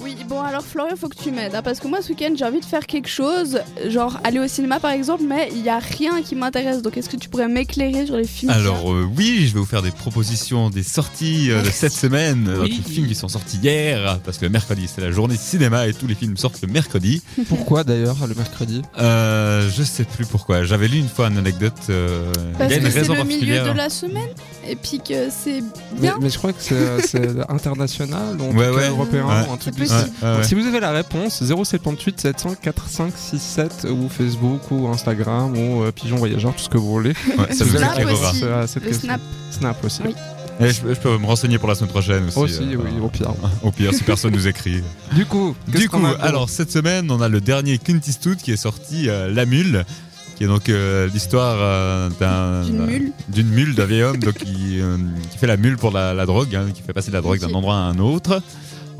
Oui, bon alors Florian, faut que tu m'aides, hein, parce que moi ce week-end j'ai envie de faire quelque chose, genre aller au cinéma par exemple, mais il n'y a rien qui m'intéresse, donc est-ce que tu pourrais m'éclairer sur les films Alors euh, oui, je vais vous faire des propositions des sorties euh, de cette semaine, euh, Oui. donc les films qui sont sortis hier, parce que le mercredi c'est la journée cinéma et tous les films sortent le mercredi. Pourquoi d'ailleurs le mercredi Euh, je sais plus pourquoi, j'avais lu une fois une anecdote, euh, il Parce y a une que c'est raison le milieu particulière. de la semaine, et puis que c'est mais, bien. mais je crois que c'est euh, c'est international, ou en Ouais, tout cas ouais. européen, Ouais. ou un truc C'est du possible. style. Ouais, ouais, ouais. Si vous avez la réponse, 078 700 4567 ou Facebook ou Instagram ou euh, Pigeon Voyageur, tout ce que vous voulez. Ouais, ça Vous vous avez la Snap éclairera. aussi. réponse à cette Le question. Snap. Snap aussi. Oui. Et je, je peux me renseigner pour la semaine prochaine aussi. Aussi, euh, oui, au pire. Au pire, si personne nous écrit. Du coup, qu'est-ce Du coup, qu'on a de- alors cette semaine, on a le dernier Clint Eastwood qui est sorti, euh, La Mule, qui est donc euh, l'histoire euh, d'un- D'une d'un- mule. d'une mule, d'un vieil homme donc, qui, euh, qui fait la mule pour la, la drogue, hein, qui fait passer la drogue d'un Ok. endroit à un autre.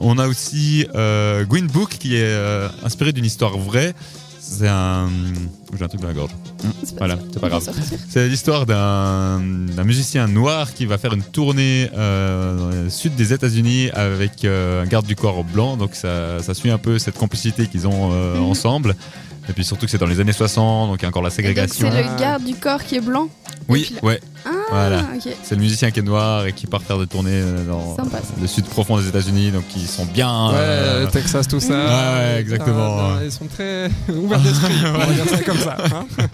On a aussi euh, Green Book qui est euh, inspiré d'une histoire vraie. C'est un. J'ai un truc dans la gorge. C'est pas- Voilà, c'est pas on va grave. sortir. C'est l'histoire d'un d'un musicien noir qui va faire une tournée euh, dans le sud des États-Unis avec euh, un garde du corps blanc. Donc ça, ça suit un peu cette complicité qu'ils ont euh, Mhm. ensemble. Et puis surtout que c'est dans les années 60, donc il y a encore la Et donc, ségrégation. C'est le garde du corps qui est blanc. et Oui, puis ouais. Ah, Voilà. ok. C'est le musicien qui est noir et qui part faire des tournées euh, dans Sympa, ça. le sud profond des États-Unis. Donc ils sont bien. Ouais, euh, Texas, tout ça. Ouais, ouais, exactement. Ah, non, ils sont très ouverts d'esprit. on va dire ça comme ça. hein. Ah.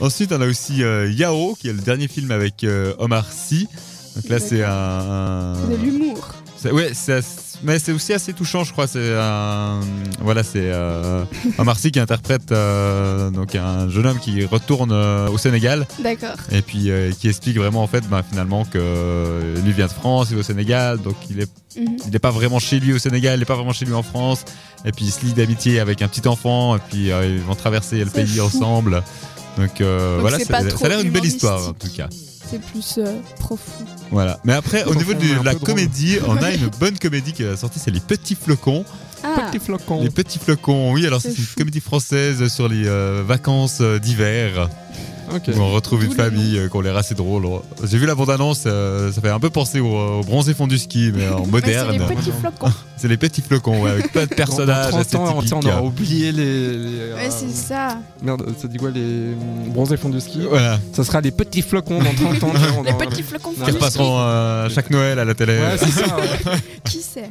Ensuite, on a aussi euh, Yao, qui est le dernier film avec euh, Omar Sy. Donc là, c'est un. Euh. De l'humour. C'est- Ouais, c'est ass- mais c'est aussi assez touchant, je crois. C'est un voilà, c'est euh, Omar Sy qui interprète euh, donc un jeune homme qui retourne euh, au Sénégal D'accord. et puis euh, qui explique vraiment en fait, ben, finalement que euh, lui vient de France, il est au Sénégal, donc il est Mhm. il n'est pas vraiment chez lui au Sénégal, il n'est pas vraiment chez lui en France. Et puis il se lie d'amitié avec un petit enfant, et puis euh, ils vont traverser le C'est pays fou. ensemble. Donc, euh, Donc, voilà, c'est ça, pas ça a l'air trop une belle histoire en humoristique. tout cas. C'est plus euh, profond. Voilà. Mais après, au Profond, niveau mais un de la peu drôle. comédie, on a une bonne comédie qui est sortie, c'est Les Petits Flocons. Ah, Petit flocon. Les petits flocons, oui, alors C'est c'est une fou. comédie française sur les euh, vacances euh, d'hiver Ok. où on retrouve une D'où le famille euh, qu'on l'air assez drôle. J'ai vu la bande-annonce, euh, ça fait un peu penser au, euh, au bronzé fond du ski, mais en mais c'est les moderne. petits flocons. C'est les petits flocons, ouais, avec plein de Dans- dans personnages 30 assez ans, on- typiques. on aura oublié les. les, Ouais, euh, c'est ça. Merde, ça dit quoi les mm, bronzés fonds du ski Voilà, Ça sera les petits flocons dans 30 ans. on Les aura- petits flocons. Qui qui font repasseront euh, chaque Noël à la télé. Ouais, c'est ça. ouais. le- Qui sait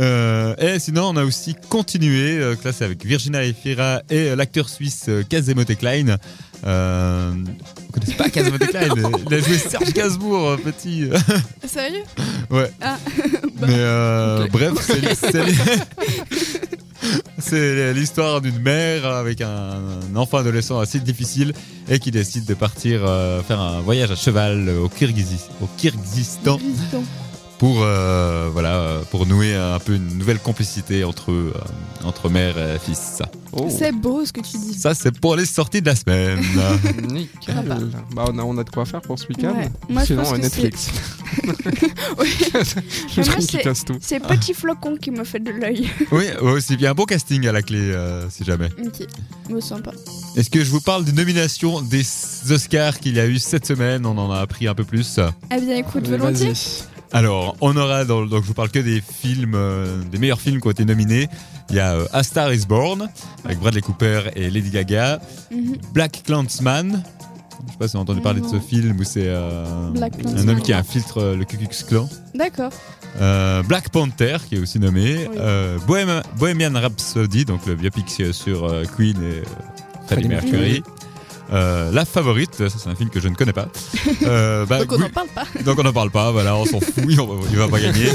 Euh, et sinon, on a aussi continué, euh, que là c'est avec Virginia Efira et euh, l'acteur suisse euh, Kazemote Klein. Euh, vous connaissez pas Kazemote Klein Il a joué Serge Gainsbourg, euh, petit. Sérieux Ouais. Ah, bah. Mais euh, Ok. bref, c'est- c'est- c'est l'histoire d'une mère avec un enfant adolescent assez difficile et qui décide de partir euh, faire un voyage à cheval au, Kirghizis- au Kyrgyzstan Évident. pour euh, voilà euh, pour nouer un peu une nouvelle complicité entre eux, euh, entre mère et fils. Oh, C'est beau ce que tu dis. Ça c'est pour les sorties de la semaine. nickel. Ah bah. Bah, on, a, on a de quoi faire pour ce week-end. Ouais. Moi, je Sinon, pense euh, que Netflix. Oui. Mais le moi, truc qui c'est- casse tout. C'est petit flocon qui me fait de l'œil. oui, aussi bien un bon casting à la clé euh, si jamais. ok, me sens pas. Est-ce que je vous parle des nominations des Oscars qu'il y a eu cette semaine On en a appris un peu plus. Eh bien, écoute, Allez, volontiers. vas-y. Alors, on aura, dans- donc je vous parle que des films, euh, des meilleurs films qui ont été nominés. Il y a euh, A Star is Born, avec Bradley Cooper et Lady Gaga. Mhm. Black Clansman, je sais pas si vous avez entendu parler de ce Non. film où c'est euh, Black un homme Klansman. qui infiltre euh, le Ku Klux Klan. D'accord. Euh, Black Panther, qui est aussi nommé. Oui. Euh, Bohem- Bohemian Rhapsody, donc le biopic euh, sur euh, Queen et euh, Freddie Freddie Mercury. Mercury. Euh, La favorite, ça c'est un film que je ne connais pas. Euh, bah, Donc on n'en Gu- parle pas. donc on n'en parle pas, voilà, on s'en fout, il va- il va pas gagner.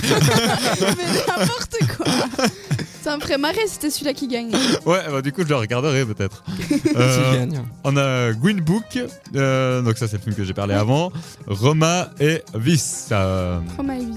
Mais n'importe quoi. Ça me ferait marrer si c'était celui-là qui gagne. Ouais, bah, du coup, je le regarderai peut-être. S'il Euh, gagne. on a Green Book, euh, donc ça, c'est le film que j'ai parlé avant. Roma et Vice. euh, Oh my vie.